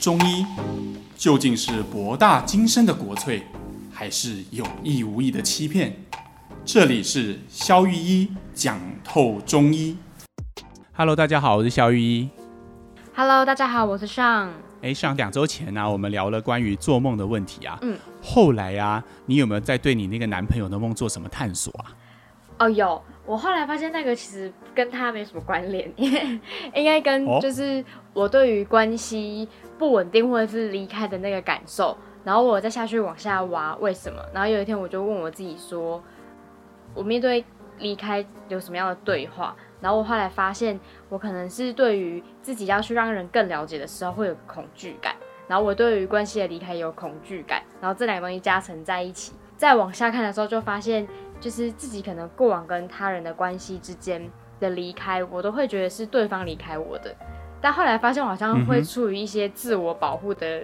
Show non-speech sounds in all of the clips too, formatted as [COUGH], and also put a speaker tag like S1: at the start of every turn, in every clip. S1: 中医究竟是博大精深的国粹，还是有意无意的欺骗？这里是肖玉一讲透中医。Hello，大家好，我是肖玉一。
S2: Hello，大家好，我是尚。
S1: 哎，上两周前呢、我们聊了关于做梦的问题啊。
S2: 嗯。
S1: 后来啊，你有没有在对你那个男朋友的梦做什么探索啊？
S2: 哦，有，我后来发现那个其实跟他没什么关联，因为应该跟
S1: 哦
S2: 就是我对于关系不稳定或者是离开的那个感受，然后我再下去往下挖为什么，然后有一天我就问我自己说，我面对离开有什么样的对话，然后我后来发现我可能是对于自己要去让人更了解的时候会有恐惧感，然后我对于关系的离开也有恐惧感，然后这两个东西加成在一起，再往下看的时候就发现，就是自己可能过往跟他人的关系之间的离开，我都会觉得是对方离开我的，但后来发现我好像
S1: 嗯
S2: 会
S1: 哼
S2: 处于一些自我保护的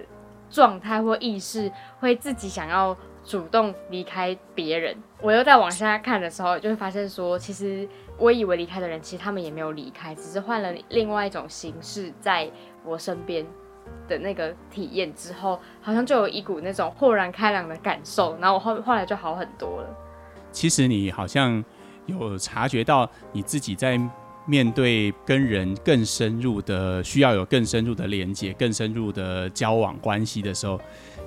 S2: 状态或意识，会自己想要主动离开别人。我又再往下看的时候，就会发现说，其实我以为离开的人，其实他们也没有离开，只是换了另外一种形式在我身边。的那个体验之后，好像就有一股那种豁然开朗的感受，然后我后后来就好很多了。
S1: 其实你好像有察觉到你自己在面对跟人更深入的，需要有更深入的连接、更深入的交往关系的时候，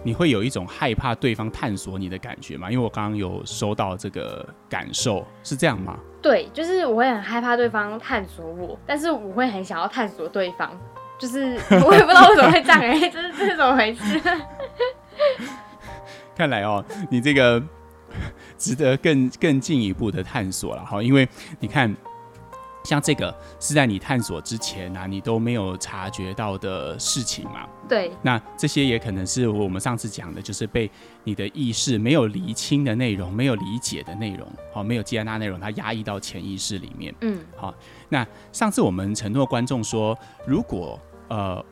S1: 你会有一种害怕对方探索你的感觉吗？因为我刚刚有收到这个感受，是这样吗？
S2: 对，就是我会很害怕对方探索我，但是我会很想要探索对方，
S1: [LAUGHS]
S2: 就是我也不知道为什么会这样哎、欸， [LAUGHS] 这是这是怎么回事？ [LAUGHS]
S1: 看来哦，你这个值得更更进一步的探索了哈，因为你看，像这个是在你探索之前啊，你都没有察觉到的事情嘛。
S2: 对，
S1: 那这些也可能是我们上次讲的，就是被你的意识没有厘清的内容，没有理解的内容，好、没有接纳内容，它压抑到潜意识里面。
S2: 嗯，
S1: 上次我们承诺观众说，如果呃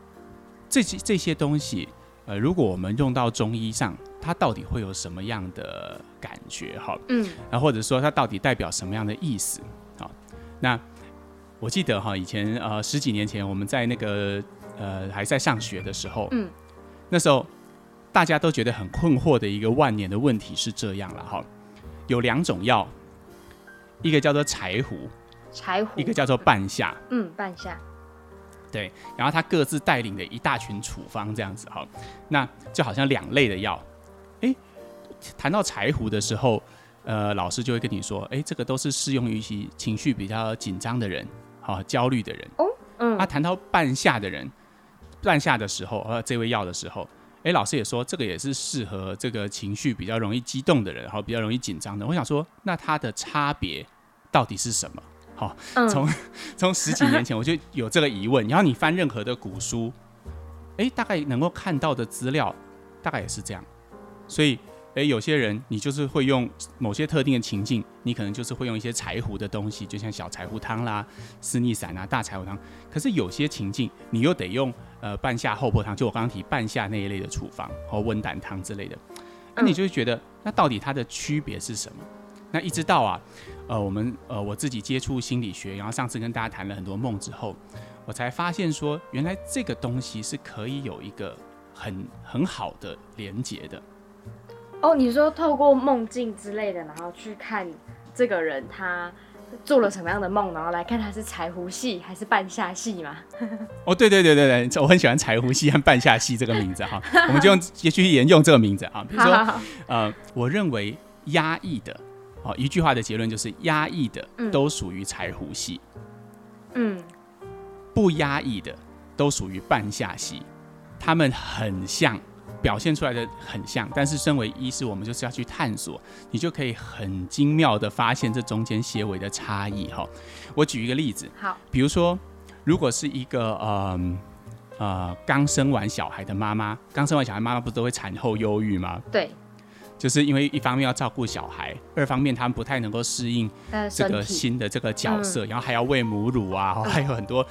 S1: 这些这些东西，呃，如果我们用到中医上，它到底会有什么样的感觉？哈、
S2: 嗯，
S1: 然后啊或者说它到底代表什么样的意思？好，那我记得哈，以前呃十几年前我们在那个呃还在上学的时候，
S2: 嗯，
S1: 那时候大家都觉得很困惑的一个万年的问题是这样了哈，有两种药，一个叫做柴胡，
S2: 柴胡
S1: 一，个叫做半夏，
S2: 嗯，半夏，
S1: 然后它各自带领的一大群处方这样子哈，那就好像两类的药，诶，谈到柴胡的时候，呃，老师就会跟你说，诶，这个都是适用于其情绪比较紧张的人，好、焦虑的人。
S2: 嗯，
S1: 啊，谈到半夏的人，半夏的时候，呃，这味药的时候，诶，老师也说这个也是适合这个情绪比较容易激动的人，好、比较容易紧张的。我想说，那它的差别到底是什么？
S2: 嗯，
S1: 从从十几年前我就有这个疑问，然后你翻任何的古书，诶，大概能够看到的资料，大概也是这样。所以，诶，有些人你就是会用某些特定的情境，你可能就是会用一些柴胡的东西，就像小柴胡汤啦、四逆散啊、大柴胡汤。可是有些情境，你又得用呃半夏厚朴汤，就我刚刚提半夏那一类的处方，和温胆汤之类的。那你就会觉得，那到底它的区别是什么？那一直到啊，呃，我们呃我自己接触心理学，然后上次跟大家谈了很多梦之后，我才发现说，原来这个东西是可以有一个很很好的连接的。
S2: 哦，你说透过梦境之类的，然后去看这个人他做了什么样的梦，然后来看他是柴胡戏还是半夏戏吗？ [LAUGHS]
S1: 哦，对对对对对，我很喜欢柴胡戏和半夏戏这个名字
S2: [LAUGHS]
S1: 哈，我们就用继续沿用这个名字啊。比如
S2: 好好
S1: 说，
S2: 好， [LAUGHS]
S1: 呃，我认为压抑的，哦，一句话的结论就是压抑的
S2: 嗯
S1: 都属于柴胡戏，
S2: 嗯，
S1: 不压抑的都属于半夏戏，他们很像，表现出来的很像，但是身为医师，我们就是要去探索，你就可以很精妙的发现这中间些微的差异哈。我举一个例子，
S2: 好，
S1: 比如说，如果是一个嗯呃刚生完小孩的妈妈，刚生完小孩妈妈不是都会产后忧郁吗？
S2: 对，
S1: 就是因为一方面要照顾小孩，二方面他们不太能够适应
S2: 他的
S1: 这
S2: 呃身
S1: 个
S2: 体，
S1: 新的这个角色，然后还要喂母乳啊，哦
S2: 嗯
S1: 还有很多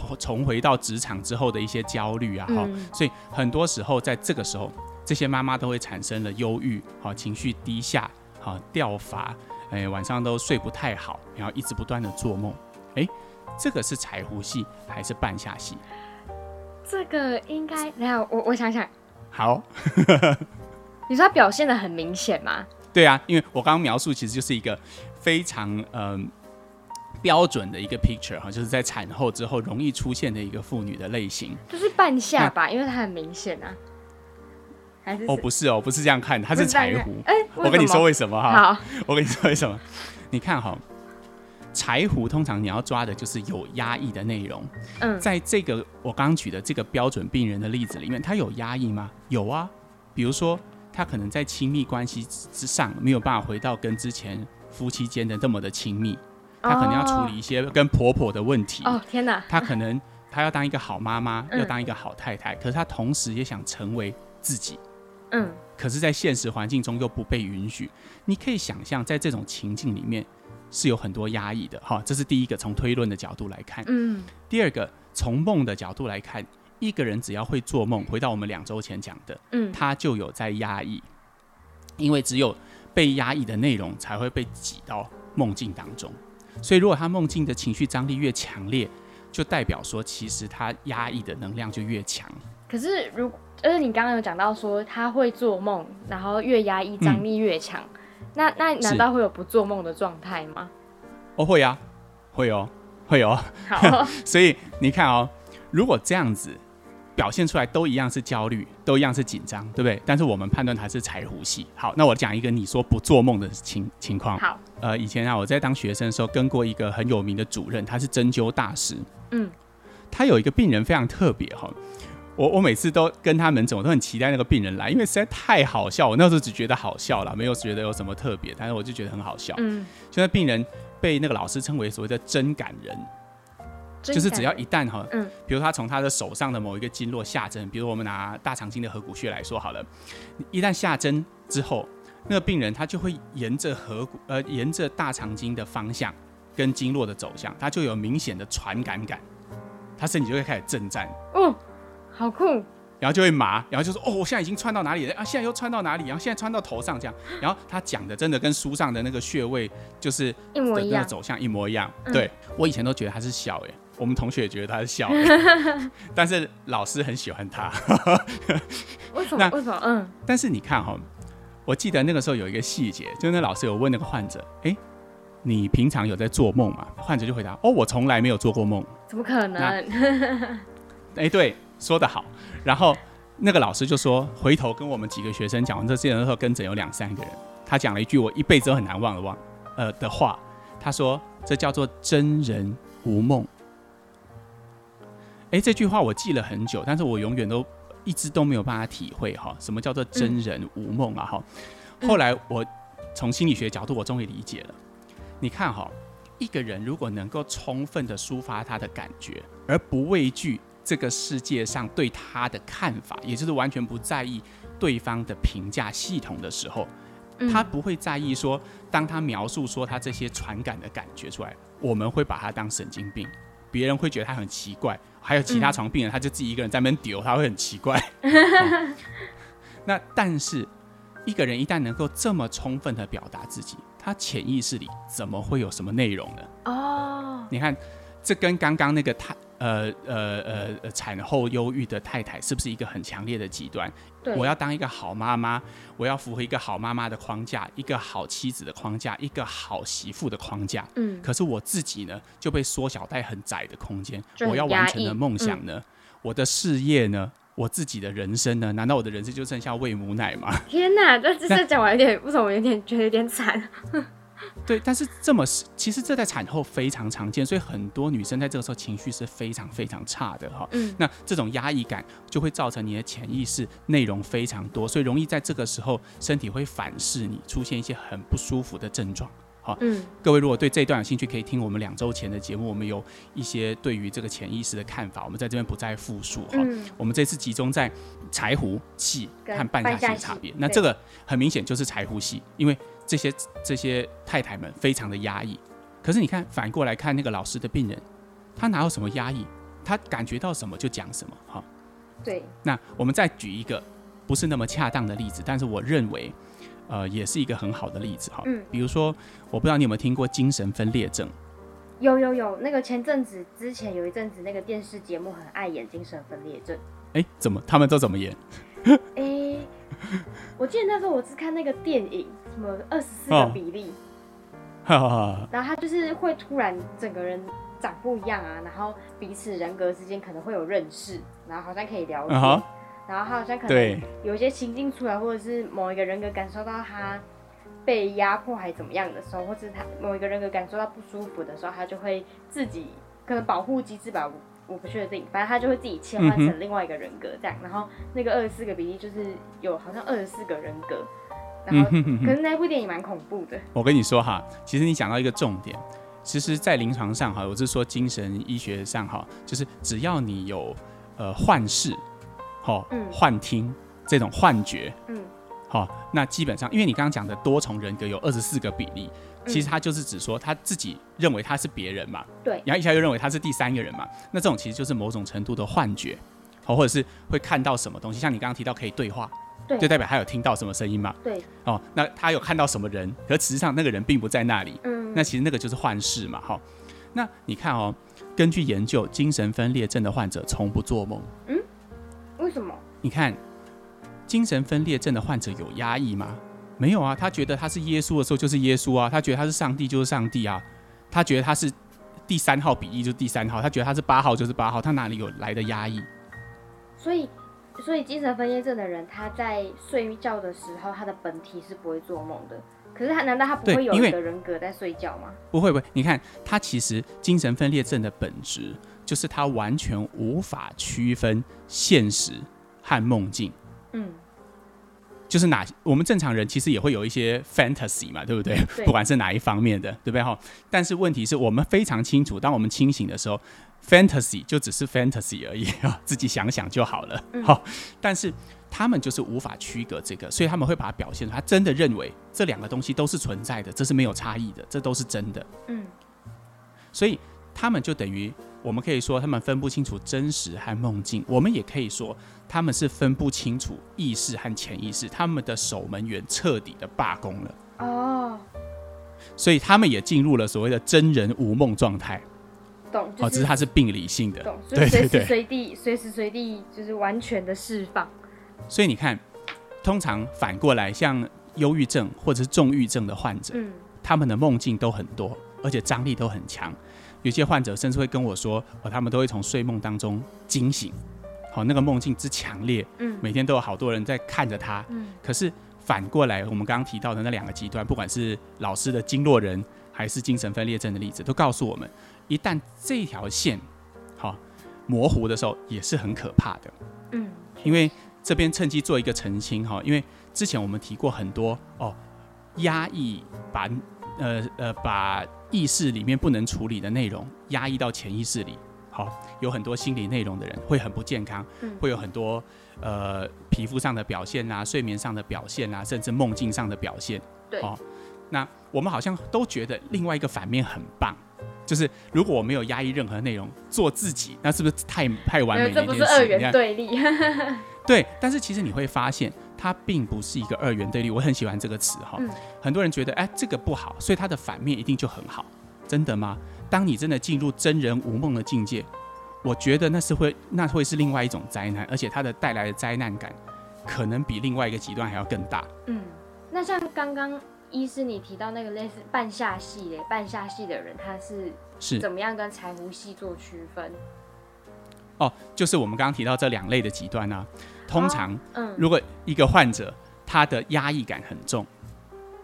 S1: 哦重回到职场之后的一些焦虑啊，哈、
S2: 嗯
S1: 所以很多时候在这个时候，这些妈妈都会产生了忧郁，好、情绪低下，好、掉发，哎，晚上都睡不太好，然后一直不断的做梦，哎，这个是柴胡戏还是半夏戏？
S2: 这个应该，等一下我我想想，
S1: 好，
S2: 你说他表现的很明显吗？
S1: 对啊，因为我刚刚描述其实就是一个非常嗯、标准的一个 picture 哈，就是在产后之后容易出现的一个妇女的类型。
S2: 就是半夏吧，因为它很明显啊。还是
S1: 哦，不是哦，不是这样看的，它是柴胡。
S2: 哎、
S1: 我
S2: 为
S1: 跟你
S2: 什
S1: 说
S2: 么
S1: 为什么哈，
S2: 好，
S1: 我跟你说为什么？你看哈，柴胡通常你要抓的就是有压抑的内容。
S2: 嗯，
S1: 在这个我刚举的这个标准病人的例子里面，他有压抑吗？有啊，比如说他可能在亲密关系之之上没有办法回到跟之前夫妻间的那么的亲密，他可能要处理一些跟婆婆的问题，
S2: 哦。哦，天哪，
S1: 他可能他要当一个好妈妈，
S2: 嗯
S1: 要当一个好太太，可是他同时也想成为自己。
S2: 嗯，
S1: 可是，在现实环境中又不被允许。你可以想象，在这种情境里面是有很多压抑的哈。这是第一个，从推论的角度来看。
S2: 嗯，
S1: 第二个，从梦的角度来看，一个人只要会做梦，回到我们两周前讲的，
S2: 嗯
S1: 他就有在压抑，因为只有被压抑的内容才会被挤到梦境当中。所以，如果他梦境的情绪张力越强烈，就代表说，其实他压抑的能量就越强。
S2: 可是如就是你刚刚有讲到说他会做梦，然后越压抑张力越强，
S1: 嗯
S2: 那那难道会有不做梦的状态
S1: [LAUGHS]
S2: 吗？
S1: 哦，会啊，会哦，会哦。
S2: 好，
S1: 所以你看哦，如果这样子表现出来都一样是焦虑，都一样是紧张，对不对？但是我们判断它是柴胡系。好，那我讲一个你说不做梦的情情况。
S2: 好，
S1: 呃，以前啊，我在当学生的时候跟过一个很有名的主任，他是针灸大师。
S2: 嗯，
S1: 他有一个病人非常特别哈、我我每次都跟他门诊，我都很期待那个病人来，因为实在太好笑。我那时候只觉得好笑了，没有觉得有什么特别，但是我就觉得很好笑。
S2: 嗯，
S1: 就那病人被那个老师称为所谓的针感人，就是只要一旦哈，
S2: 嗯
S1: 比如他从他的手上的某一个经络下针，比如我们拿大肠经的合谷穴来说好了，一旦下针之后，那个病人他就会沿着合谷呃沿着大肠经的方向跟经络的走向，他就有明显的传感感，他身体就会开始震颤，
S2: 哦，好酷，
S1: 然后就会麻，然后就说哦，我现在已经窜到哪里了啊，现在又窜到哪里，然后现在窜到头上这样，然后他讲的真的跟书上的那个穴位就是
S2: 一模
S1: 的
S2: 一
S1: 那个
S2: 样，
S1: 走向一模一样。
S2: 嗯
S1: 对我以前都觉得他是笑哎、 [LAUGHS] 我们同学也觉得他是笑、欸， [LAUGHS] 但是老师很喜欢他。 [LAUGHS]
S2: 为什么
S1: 那
S2: 为什么？嗯
S1: 但是你看哈、我记得那个时候有一个细节，就是那老师有问那个患者，哎、你平常有在做梦吗？患者就回答，哦，我从来没有做过梦。
S2: 怎么可能？
S1: 哎、对，说得好。然后那个老师就说，回头跟我们几个学生讲完这件事的时候，跟诊有两三个人，他讲了一句我一辈子都很难忘的忘呃的话，他说这叫做真人无梦。哎、这句话我记了很久，但是我永远都一直都没有办法体会哈，什么叫做真人无梦啊哈。后来我从心理学角度，我终于理解了。你看哈，一个人如果能够充分的抒发他的感觉，而不畏惧这个世界上对他的看法，也就是完全不在意对方的评价系统的时候，
S2: 嗯
S1: 他不会在意说，当他描述说他这些传感的感觉出来，我们会把他当神经病，别人会觉得他很奇怪。还有其他床病人，他就自己一个人在那边丢，他会很奇怪。哦那但是一个人一旦能够这么充分的表达自己，他潜意识里怎么会有什么内容呢？
S2: 哦，
S1: 你看，这跟刚刚那个太呃呃呃呃产后忧郁的太太是不是一个很强烈的极端？
S2: 对，
S1: 我要当一个好妈妈，我要符合一个好妈妈的框架，一个好妻子的框架，一个好媳妇的框架。
S2: 嗯
S1: 可是我自己呢，就被缩小在很窄的空间。
S2: 就很
S1: 我要完成
S2: 压
S1: 的
S2: 抑嗯
S1: 梦想呢，我的事业呢，我自己的人生呢？难道我的人生就剩下喂母奶吗？
S2: 天哪，这这
S1: 那
S2: 这讲完有点，为什么我有点觉得有点惨？
S1: 对，但是这么是，其实这在产后非常常见，所以很多女生在这个时候情绪是非常非常差的哈。
S2: 嗯
S1: 那这种压抑感就会造成你的潜意识内容非常多，所以容易在这个时候身体会反噬你，出现一些很不舒服的症状。
S2: 嗯，
S1: 各位如果对这一段有兴趣，可以听我们两周前的节目，我们有一些对于这个潜意识的看法，我们在这边不再复述哈。
S2: 嗯
S1: 我们这次集中在柴胡系
S2: 跟
S1: 和半夏系的差别
S2: 半夏系。
S1: 那
S2: 对
S1: 这个很明显就是柴胡系，因为这些这些太太们非常的压抑。可是你看，反过来看那个老师的病人，他哪有什么压抑？他感觉到什么就讲什么哈。
S2: 对，
S1: 那我们再举一个不是那么恰当的例子，但是我认为，呃，也是一个很好的例子哈。
S2: 嗯
S1: 比如说，我不知道你有没有听过精神分裂症，
S2: 有有有，那个前阵子之前有一阵子那个电视节目很爱演精神分裂症，
S1: 哎，怎么他们都怎么演？
S2: 哎、我记得那时候我是看那个电影，什么二十四
S1: 哦
S2: 个比例，
S1: 哈哈哈，
S2: 然后他就是会突然整个人长不一样啊，然后彼此人格之间可能会有认识，然后好像可以聊天
S1: 嗯哼，
S2: 然后他好像可能
S1: 对，
S2: 有一些情境出来，或者是某一个人格感受到他被压迫还怎么样的时候，或者是他某一个人格感受到不舒服的时候，他就会自己可能保护机制吧，我我不确定，反正他就会自己切换
S1: 嗯
S2: 成另外一个人格这样。然后那个二十四个比例就是有好像二十四个人格，然
S1: 嗯
S2: 后、
S1: 哼哼哼
S2: 可。是那部电影蛮恐怖的，
S1: 我跟你说哈，其实你讲到一个重点，其实，在临床上哈，我是说精神医学上哈，就是只要你有呃幻视，好、
S2: 嗯
S1: 幻听这种幻觉，
S2: 嗯，
S1: 好、那基本上，因为你刚刚讲的多重人格有二十四个比例，
S2: 嗯
S1: 其实他就是指说他自己认为他是别人嘛，
S2: 对
S1: 然后一下又认为他是第三个人嘛，那这种其实就是某种程度的幻觉，好、或者是会看到什么东西，像你刚刚提到可以对话，
S2: 对
S1: 就代表他有听到什么声音嘛，
S2: 对，
S1: 哦，那他有看到什么人，可实际上那个人并不在那里，
S2: 嗯，
S1: 那其实那个就是幻视嘛，哈、那你看哦，根据研究，精神分裂症的患者从不做梦。
S2: 为什么？
S1: 你看，精神分裂症的患者有压抑吗？没有啊，他觉得他是耶稣的时候就是耶稣啊，他觉得他是上帝就是上帝啊，他觉得他是第三号比例就是第三号，他觉得他是八号就是八号，他哪里有来的压抑？
S2: 所以，所以精神分裂症的人，他在睡觉的时候，他的本体是不会做梦的。可是他难道他不
S1: 对
S2: 会有
S1: 因为
S2: 一个人格在睡觉吗？
S1: 不会不会，你看他其实精神分裂症的本质就是他完全无法区分现实和梦境。
S2: 嗯，
S1: 就是哪我们正常人其实也会有一些 fantasy 嘛，对不对？
S2: 对
S1: 不管是哪一方面的，对不对哈？但是问题是我们非常清楚，当我们清醒的时候，fantasy 就只是 fantasy 而已啊，自己想想就好了。好、但是他们就是无法区隔这个，所以他们会把它表现出，他真的认为这两个东西都是存在的，这是没有差异的，这都是真的。
S2: 嗯，
S1: 所以他们就等于我们可以说他们分不清楚真实和梦境，我们也可以说他们是分不清楚意识和潜意识，他们的守门员彻底的罢工了，
S2: 哦，
S1: 所以他们也进入了所谓的真人无梦状态。
S2: 懂，就
S1: 哦，只是它是病理性的，
S2: 懂，就
S1: 对
S2: 是随
S1: 对
S2: 时
S1: 对。
S2: 随地、随时随地就是完全的释放。
S1: 所以你看，通常反过来，像忧郁症或者是重郁症的患者，
S2: 嗯，
S1: 他们的梦境都很多，而且张力都很强。有些患者甚至会跟我说，哦，他们都会从睡梦当中惊醒，好、那个梦境之强烈，
S2: 嗯
S1: 每天都有好多人在看着他，
S2: 嗯，
S1: 可是反过来，我们刚刚提到的那两个极端，不管是老师的经络人，还是精神分裂症的例子，都告诉我们，一旦这条线好、模糊的时候，也是很可怕的。
S2: 嗯，
S1: 因为这边趁机做一个澄清哈，因为之前我们提过很多哦，压抑把呃呃把意识里面不能处理的内容压抑到潜意识里，好、有很多心理内容的人会很不健康，
S2: 嗯
S1: 会有很多呃皮肤上的表现啦、睡眠上的表现啦、甚至梦境上的表现。
S2: 对
S1: 哦，那我们好像都觉得另外一个反面很棒。就是如果我没有压抑任何内容，做自己，那是不是太太完
S2: 没
S1: 美
S2: 有，
S1: 了一件
S2: 这
S1: 事？
S2: 不是二
S1: 你
S2: 元
S1: 看
S2: 对立。
S1: 对，但是其实你会发现，它并不是一个二元对立。我很喜欢这个词哈、
S2: 嗯
S1: 很多人觉得，哎，这个不好，所以它的反面一定就很好，真的吗？当你真的进入真人无梦的境界，我觉得那是会，那会是另外一种灾难，而且它的带来的灾难感，可能比另外一个极端还要更大。
S2: [LAUGHS] 嗯，那像刚刚医师你提到那个类似半下系嘞，半下系的人他是
S1: 是
S2: 怎么样跟柴胡系做区分？
S1: 哦，就是我们刚刚提到这两类的极端啊，通常
S2: 嗯，
S1: 如果一个患者他的压抑感很重，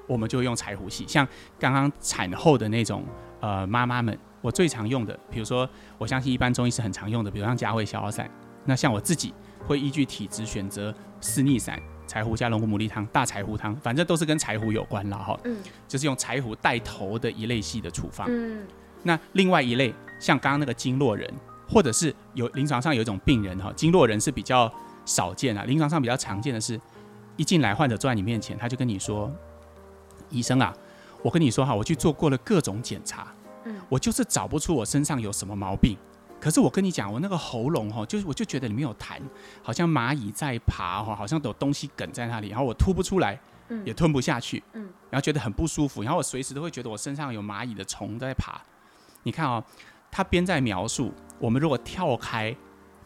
S1: 我们就会用柴胡系，像刚刚产后的那种呃妈妈们，我最常用的，比如说我相信一般中医是很常用的，比如像嘉惠逍遥散，那像我自己会依据体质选择四逆散、柴胡加龙骨牡蛎汤、大柴胡汤，反正都是跟柴胡有关啦哈，
S2: 嗯
S1: 就是用柴胡带头的一类系的处方。
S2: 嗯
S1: 那另外一类，像刚刚那个经络人，或者是有临床上有一种病人哈，经络人是比较少见啊，临床上比较常见的是，一进来患者坐在你面前，他就跟你说：“医生啊，我跟你说哈，我去做过了各种检查，
S2: 嗯
S1: 我就是找不出我身上有什么毛病。可是我跟你讲，我那个喉咙哈，就是我就觉得里面有痰，好像蚂蚁在爬哈，好像有东西梗在那里，然后我吐不出来，
S2: 嗯
S1: 也吞不下去，
S2: 嗯
S1: 然后觉得很不舒服，然后我随时都会觉得我身上有蚂蚁的虫在爬。你看哦，他边在描述，我们如果跳开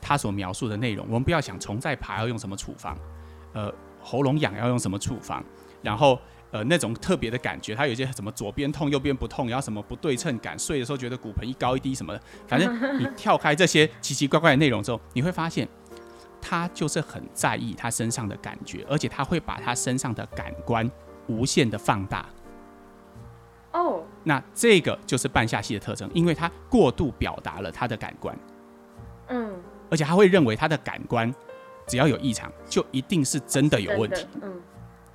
S1: 他所描述的内容，我们不要想虫在爬要用什么处方，呃，喉咙痒要用什么处方，然后呃那种特别的感觉，他有一些什么左边痛右边不痛，然后什么不对称感，睡的时候觉得骨盆一高一低什么的，反正你跳开这些奇奇怪怪的内容之后，你会发现。他就是很在意他身上的感觉，而且他会把他身上的感官无限的放大，
S2: 哦，
S1: 那这个就是半夏系的特征，因为它过度表达了他的感官，
S2: 嗯，
S1: 而且他会认为他的感官只要有异常，就一定是真的有
S2: 真
S1: 问
S2: 的
S1: 题。，
S2: 嗯，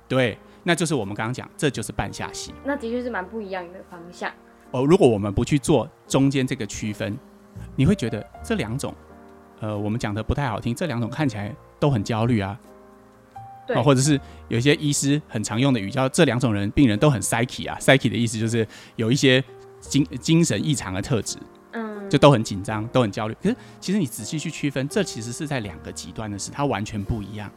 S1: 对，那就是我们刚刚讲，这就是半夏系。
S2: 那的确是蛮不一样的方向。
S1: 哦，如果我们不去做中间这个区分，你会觉得这两种，呃，我们讲的不太好听，这两种看起来都很焦虑啊。
S2: 对
S1: 哦或者是有一些医师很常用的语叫这两种人病人都很 psyche 啊，psyche 的意思就是有一些精精神异常的特质。
S2: 嗯，
S1: 就都很紧张，都很焦虑。可是其实你仔细去区分，这其实是在两个极端的事，它完全不一样。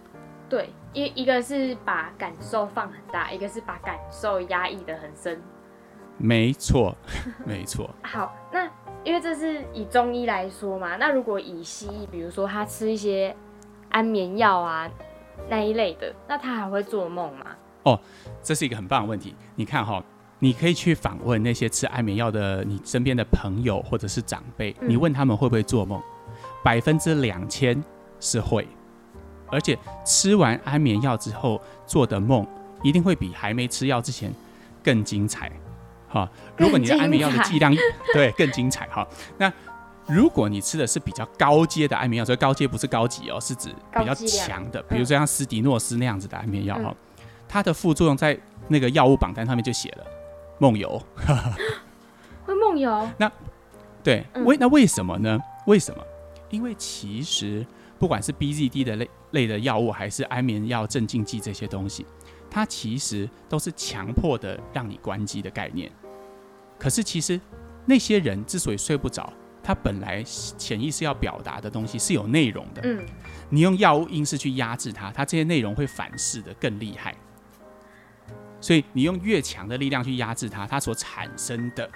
S2: 对，一一个是把感受放很大，一个是把感受压抑的很深。
S1: 没错， [LAUGHS] 没错。
S2: 好，那因为这是以中医来说嘛，那如果以西医，比如说他吃一些安眠药啊那一类的，那他还会做梦吗？
S1: 这是一个很棒的问题。你看哈、你可以去访问那些吃安眠药的你身边的朋友或者是长辈，
S2: 嗯
S1: 你问他们会不会做梦，百分之两千是会，而且吃完安眠药之后做的梦一定会比还没吃药之前更精彩。哈、如果你的安眠药的剂量对更精彩哈、那如果你吃的是比较高阶的安眠药，所以高阶不是高级哦，是指比较
S2: 高剂量
S1: 强的，嗯比如说像斯迪诺斯那样子的安眠药哈、它的副作用在那个药物榜单上面就写了梦游。
S2: 会梦游？
S1: 对，
S2: 嗯
S1: 为那为什么呢？为什么？因为其实不管是 BZD 的类类的药物，还是安眠药、镇静剂这些东西，它其实都是强迫的让你关机的概念。可是其实那些人之所以睡不着，他本来潜意识要表达的东西是有内容的。
S2: 嗯，
S1: 你用药物因式去压制它，它这些内容会反噬的更厉害。所以你用越强的力量去压制它，它所产生的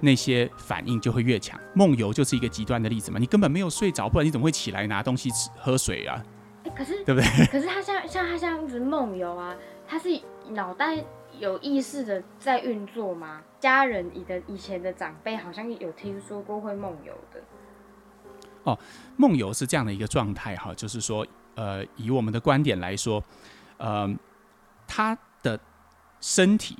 S1: 那些反应就会越强。梦游就是一个极端的例子嘛，你根本没有睡着，不然你怎么会起来拿东西吃、喝水啊？
S2: 哎、可是
S1: 对不对？
S2: [LAUGHS] 可是他像像他这样子梦游啊，他是脑袋有意识的在运作吗？家人以的以前的长辈好像有听说过会梦游的，
S1: 梦游是这样的一个状态哈，就是说，呃，以我们的观点来说，呃，他的身体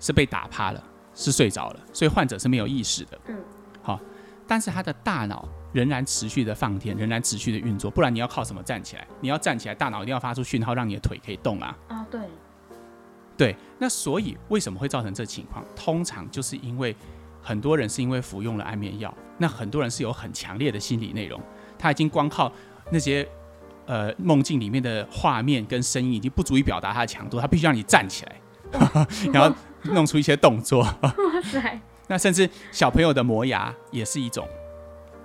S1: 是被打趴了，是睡着了，所以患者是没有意识的。
S2: 嗯，
S1: 好，但是他的大脑仍然持续的放电，仍然持续的运作，不然你要靠什么站起来？你要站起来，大脑一定要发出讯号，让你的腿可以动啊。
S2: 啊，对，
S1: 对，那所以为什么会造成这情况？通常就是因为很多人是因为服用了安眠药，那很多人是有很强烈的心理内容，他已经光靠那些呃梦境里面的画面跟声音已经不足以表达它的强度，他必须让你站起来， [LAUGHS] 然后弄出一些动作。 [LAUGHS]
S2: 哇塞，
S1: 那甚至小朋友的磨牙也是一种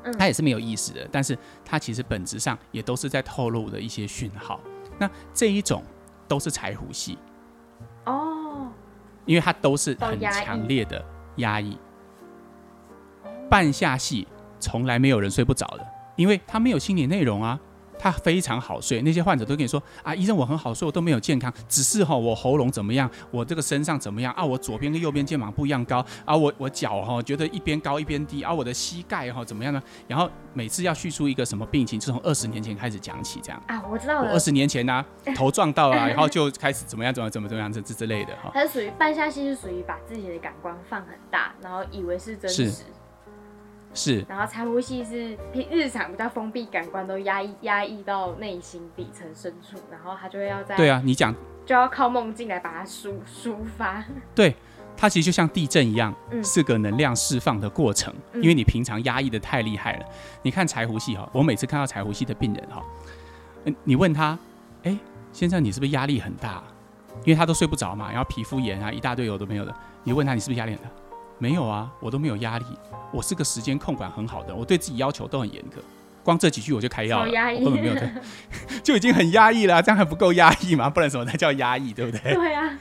S2: 嗯，
S1: 他也是没有意识的，但是他其实本质上也都是在透露的一些讯号。那这一种都是柴胡系，
S2: [LAUGHS] 哦，
S1: 因为它都是
S2: 都
S1: 很
S2: 压抑
S1: 强烈的压抑。半夏系从来没有人睡不着的，因为他没有心理内容啊，他非常好睡。那些患者都跟你说啊，医生我很好睡，我都没有健康，只是哈、我喉咙怎么样，我这个身上怎么样啊，我左边跟右边肩膀不一样高啊，我我脚哈、觉得一边高一边低啊，我的膝盖哈、怎么样呢？然后每次要叙述一个什么病情，就从二十年前开始讲起，这样。
S2: 啊，我知道
S1: 我
S2: 了
S1: 二，十年前呢、头撞到了、啊
S2: [LAUGHS]
S1: 然后就开始怎么样怎么样怎么怎么样这这之类的哈、
S2: 它是属于半夏系，是属于把自己的感官放很大，然后以为是真实
S1: 是。是。
S2: 然后财务系是平日常比较封闭，感官都压抑压抑到内心底层深处，然后他就会要在
S1: 对啊，你讲
S2: 就要靠梦境来把它抒抒发。 [LAUGHS]
S1: 对，它其实就像地震一样，
S2: 嗯
S1: 是个能量释放的过程。
S2: 嗯
S1: 因为你平常压抑的太厉害了。你看柴胡系哈，我每次看到柴胡系的病人哈，嗯你问他，哎，先生你是不是压力很大啊、因为他都睡不着嘛，然后皮肤炎啊一大堆有的没有的。你问他你是不是压力很大？没有啊，我都没有压力，我是个时间控管很好的，我对自己要求都很严格。光这几句我就开药了，
S2: 超压抑
S1: 我根本没有在， [LAUGHS] 就已经很压抑了啊、这样还不够压抑吗？不然什么才
S2: [LAUGHS]
S1: 叫压抑，对不对？
S2: 对啊。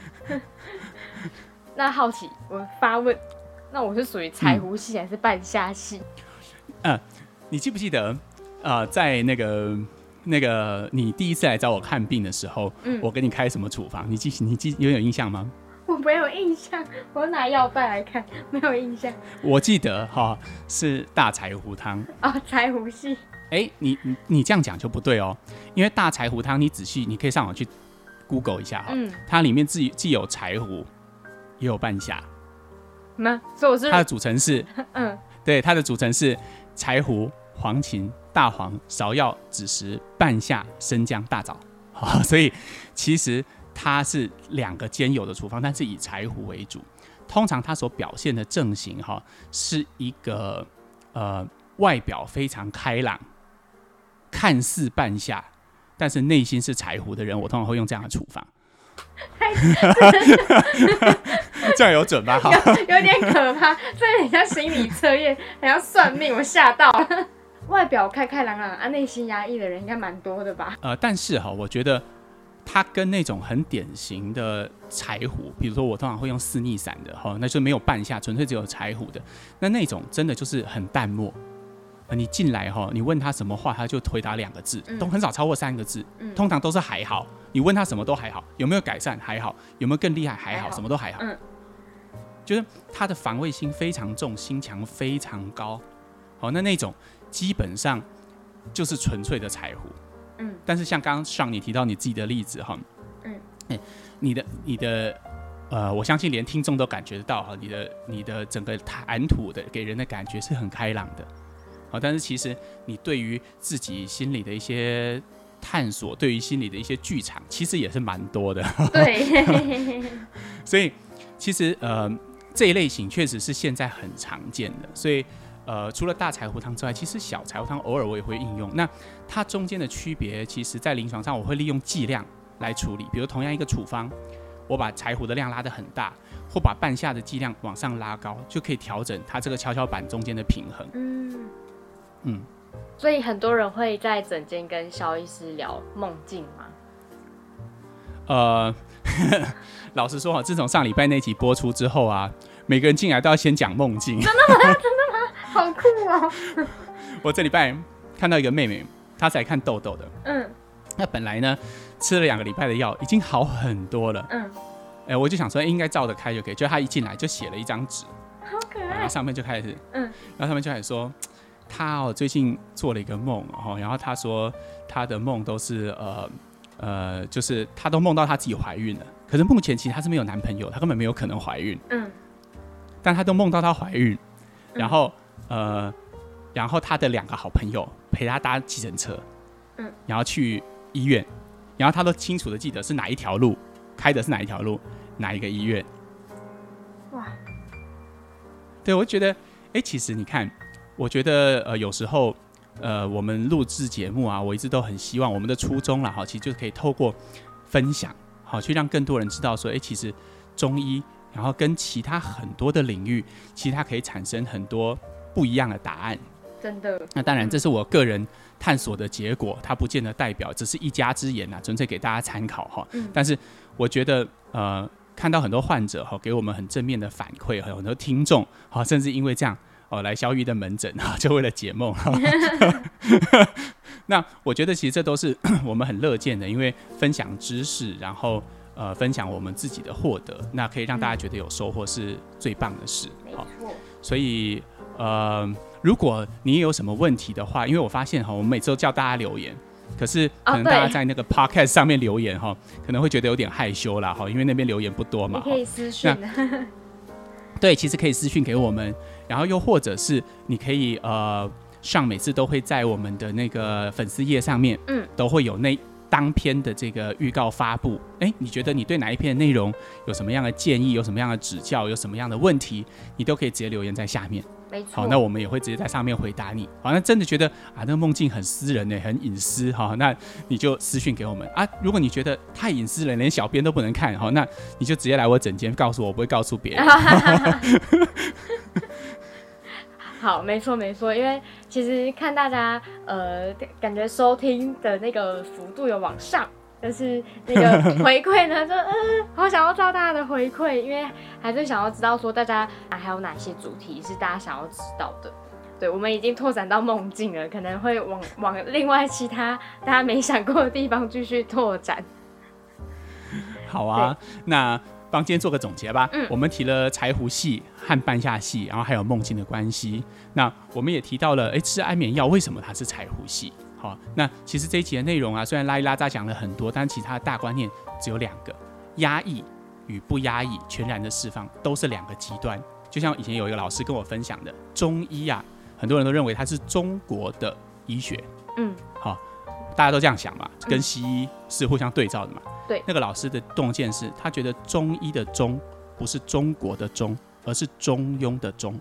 S2: 那好奇，我发问，那我是属于柴胡戏还是半夏戏？
S1: 你记不记得，呃，在那个那个你第一次来找我看病的时候，
S2: 嗯
S1: 我给你开什么处方？你记你记有点印象吗？
S2: 我没有印象，我拿药袋来看，没有印象。
S1: 我记得哈、是大柴胡汤。
S2: 哦，柴胡戏，
S1: 哎，你你你这样讲就不对哦，因为大柴胡汤，你仔细你可以上网去 Google 一下哈、
S2: 嗯，
S1: 它里面既既有柴胡，也有半夏，
S2: 那所以我是
S1: 它的组成是
S2: 嗯
S1: 对，它的组成是柴胡、黄芩、大黄、芍药、枳实、半夏、生姜、大枣。 [LAUGHS] 好，所以其实它是两个兼有的处方，但是以柴胡为主。通常它所表现的症型哈、是一个呃外表非常开朗，看似半夏，但是内心是柴胡的人，我通常会用这样的处
S2: [LAUGHS]
S1: 方。 [LAUGHS] 这样有准吧？哈，
S2: [LAUGHS] 有有点可怕，这很像心理测验，很像算命，我吓到 [LAUGHS] 了。外表开开朗朗啊，内心压抑的人应该蛮多
S1: [LAUGHS]
S2: 的吧？
S1: 呃，但是哈，我觉得它跟那种很典型的柴胡，比如说我通常会用四逆散的哈，那就没有半夏，纯粹只有柴胡的，那那种真的就是很淡漠。呃你进来哈，你问他什么话，他就回答两个字，
S2: 嗯
S1: 都很少超过三个字，
S2: 嗯
S1: 通常都是还好。你问他什么都还好，有没有改善还好，有没有更厉害还
S2: 还
S1: 好，
S2: 好
S1: 什么都还好。
S2: 嗯
S1: 就是他的防卫心非常重，心墙非常高。好，那那种基本上就是纯粹的柴胡。
S2: 嗯，
S1: 但是像刚刚上你提到你自己的例子哈，
S2: 嗯
S1: 哎，你的你的呃，我相信连听众都感觉得到哈，你的你的整个谈吐的给人的感觉是很开朗的，好，但是其实你对于自己心里的一些探索，对于心里的一些剧场，其实也是蛮多的， [LAUGHS]
S2: 对，
S1: 所以其实呃这一类型确实是现在很常见的，所以呃除了大柴胡汤之外，其实小柴胡汤偶尔我也会应用。那它中间的区别，其实在临床上我会利用剂量来处理，比如同样一个处方，我把柴胡的量拉得很大，或把半夏的剂量往上拉高，就可以调整它这个跷跷板中间的平衡。
S2: 嗯
S1: 嗯，
S2: 所以很多人会在诊间跟肖医师聊梦境嘛。
S1: 呃，老实说哈，自从上礼拜那集播出之后啊，每个人进来都要先讲梦境。
S2: 好酷哦！
S1: [LAUGHS] 我这礼拜看到一个妹妹，她在看痘痘的。
S2: 嗯
S1: 那本来呢，吃了两个礼拜的药，已经好很多了。
S2: 嗯，
S1: 哎、我就想说，哎应该照着开就可以。就她一进来就写了一张纸，
S2: 好可
S1: 然
S2: 爱
S1: 后。上面就开始，
S2: 哎嗯
S1: 然后上面就开始说，她哦最近做了一个梦哦，然后她说她的梦都是呃呃，就是她都梦到她自己怀孕了，可是目前其实她是没有男朋友，她根本没有可能怀孕。
S2: 嗯
S1: 但她都梦到她怀孕，
S2: 嗯
S1: 然后、呃，然后她的两个好朋友陪她搭计程车，
S2: 嗯，
S1: 然后去医院，然后她都清楚的记得是哪一条路开的是哪一条路，哪一个医院。
S2: 哇，
S1: 对我就觉得，哎，其实你看，我觉得呃，有时候呃，我们录制节目啊，我一直都很希望我们的初衷啦，哈，其实就可以透过分享，好去让更多人知道说，哎，其实中医，然后跟其他很多的领域，其实它可以产生很多不一样的答案。
S2: 真的，
S1: 那当然，这是我个人探索的结果，它不见得代表只是一家之言呐、啊纯粹给大家参考哈。
S2: 嗯
S1: 但是我觉得，呃，看到很多患者哈，给我们很正面的反馈，还有很多听众哈，甚至因为这样哦来肖玉的门诊哈， [LAUGHS] 就为了解梦哈。那我觉得其实这都是 [COUGHS] 我们很乐见的，因为分享知识，然后呃分享我们自己的获得，那可以让大家觉得有收获是最棒的事。
S2: 没
S1: 好。
S2: 错。
S1: 所以呃，如果你也有什么问题的话，因为我发现哈，我们每周叫大家留言。可是
S2: 哦
S1: 可能大家
S2: 对
S1: 在那个 podcast 上面留言哈，可能会觉得有点害羞啦哈，因为那边留言不多嘛。
S2: 你
S1: 哈
S2: 可以私讯的，
S1: 对，其实可以私讯给我们，然后又或者是你可以呃上每次都会在我们的那个粉丝页上面，
S2: 嗯，
S1: 都会有那当篇的这个预告发布。哎，你觉得你对哪一篇内容有什么样的建议，有什么样的指教，有什么样的问题，你都可以直接留言在下面。
S2: 没错。
S1: 好，那我们也会直接在上面回答你。好，那真的觉得啊，那个梦境很私人呢、欸很隐私哈，那你就私讯给我们啊。如果你觉得太隐私了，连小编都不能看，好，那你就直接来我诊间告诉我，我不会告诉别人。
S2: 好，没错没错，因为其实看大家呃，感觉收听的那个幅度有往上，就是那个回馈呢，就呃，好想要知道大家的回馈，因为还是想要知道说大家啊还有哪些主题是大家想要知道的。对，我们已经拓展到梦境了，可能会往往另外其他大家没想过的地方继续拓展。
S1: 好啊，那帮今天做个总结吧。
S2: 嗯
S1: 我们提了柴胡戏和半夏戏，然后还有梦境的关系。那我们也提到了，诶，吃安眠药为什么它是柴胡戏？好，那其实这一集的内容啊，虽然拉一拉扎讲了很多，但其他的大观念只有两个：压抑与不压抑，全然的释放，都是两个极端。就像以前有一个老师跟我分享的，中医啊，很多人都认为它是中国的医学，
S2: 嗯，
S1: 大家都这样想嘛，
S2: 嗯
S1: 跟西医是互相对照的嘛。
S2: 对
S1: 那个老师的洞见是，他觉得中医的中不是中国的中，而是中庸的中。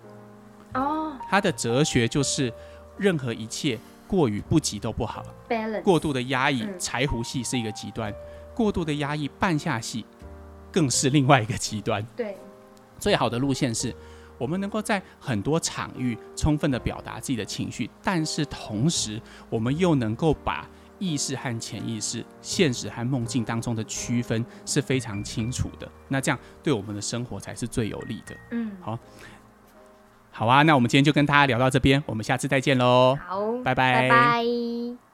S2: 哦
S1: 他的哲学就是，任何一切过与不及都不好，
S2: ，balance，
S1: 过度的压抑
S2: 嗯，
S1: 柴胡戏是一个极端，过度的压抑，半夏戏更是另外一个极端。
S2: 对，
S1: 最好的路线是，我们能够在很多场域充分的表达自己的情绪，但是同时，我们又能够把意识和潜意识、现实和梦境当中的区分是非常清楚的。那这样对我们的生活才是最有利的。
S2: 嗯，
S1: 好啊，那我们今天就跟大家聊到这边，我们下次再见喽，
S2: 好，
S1: 拜拜
S2: 拜拜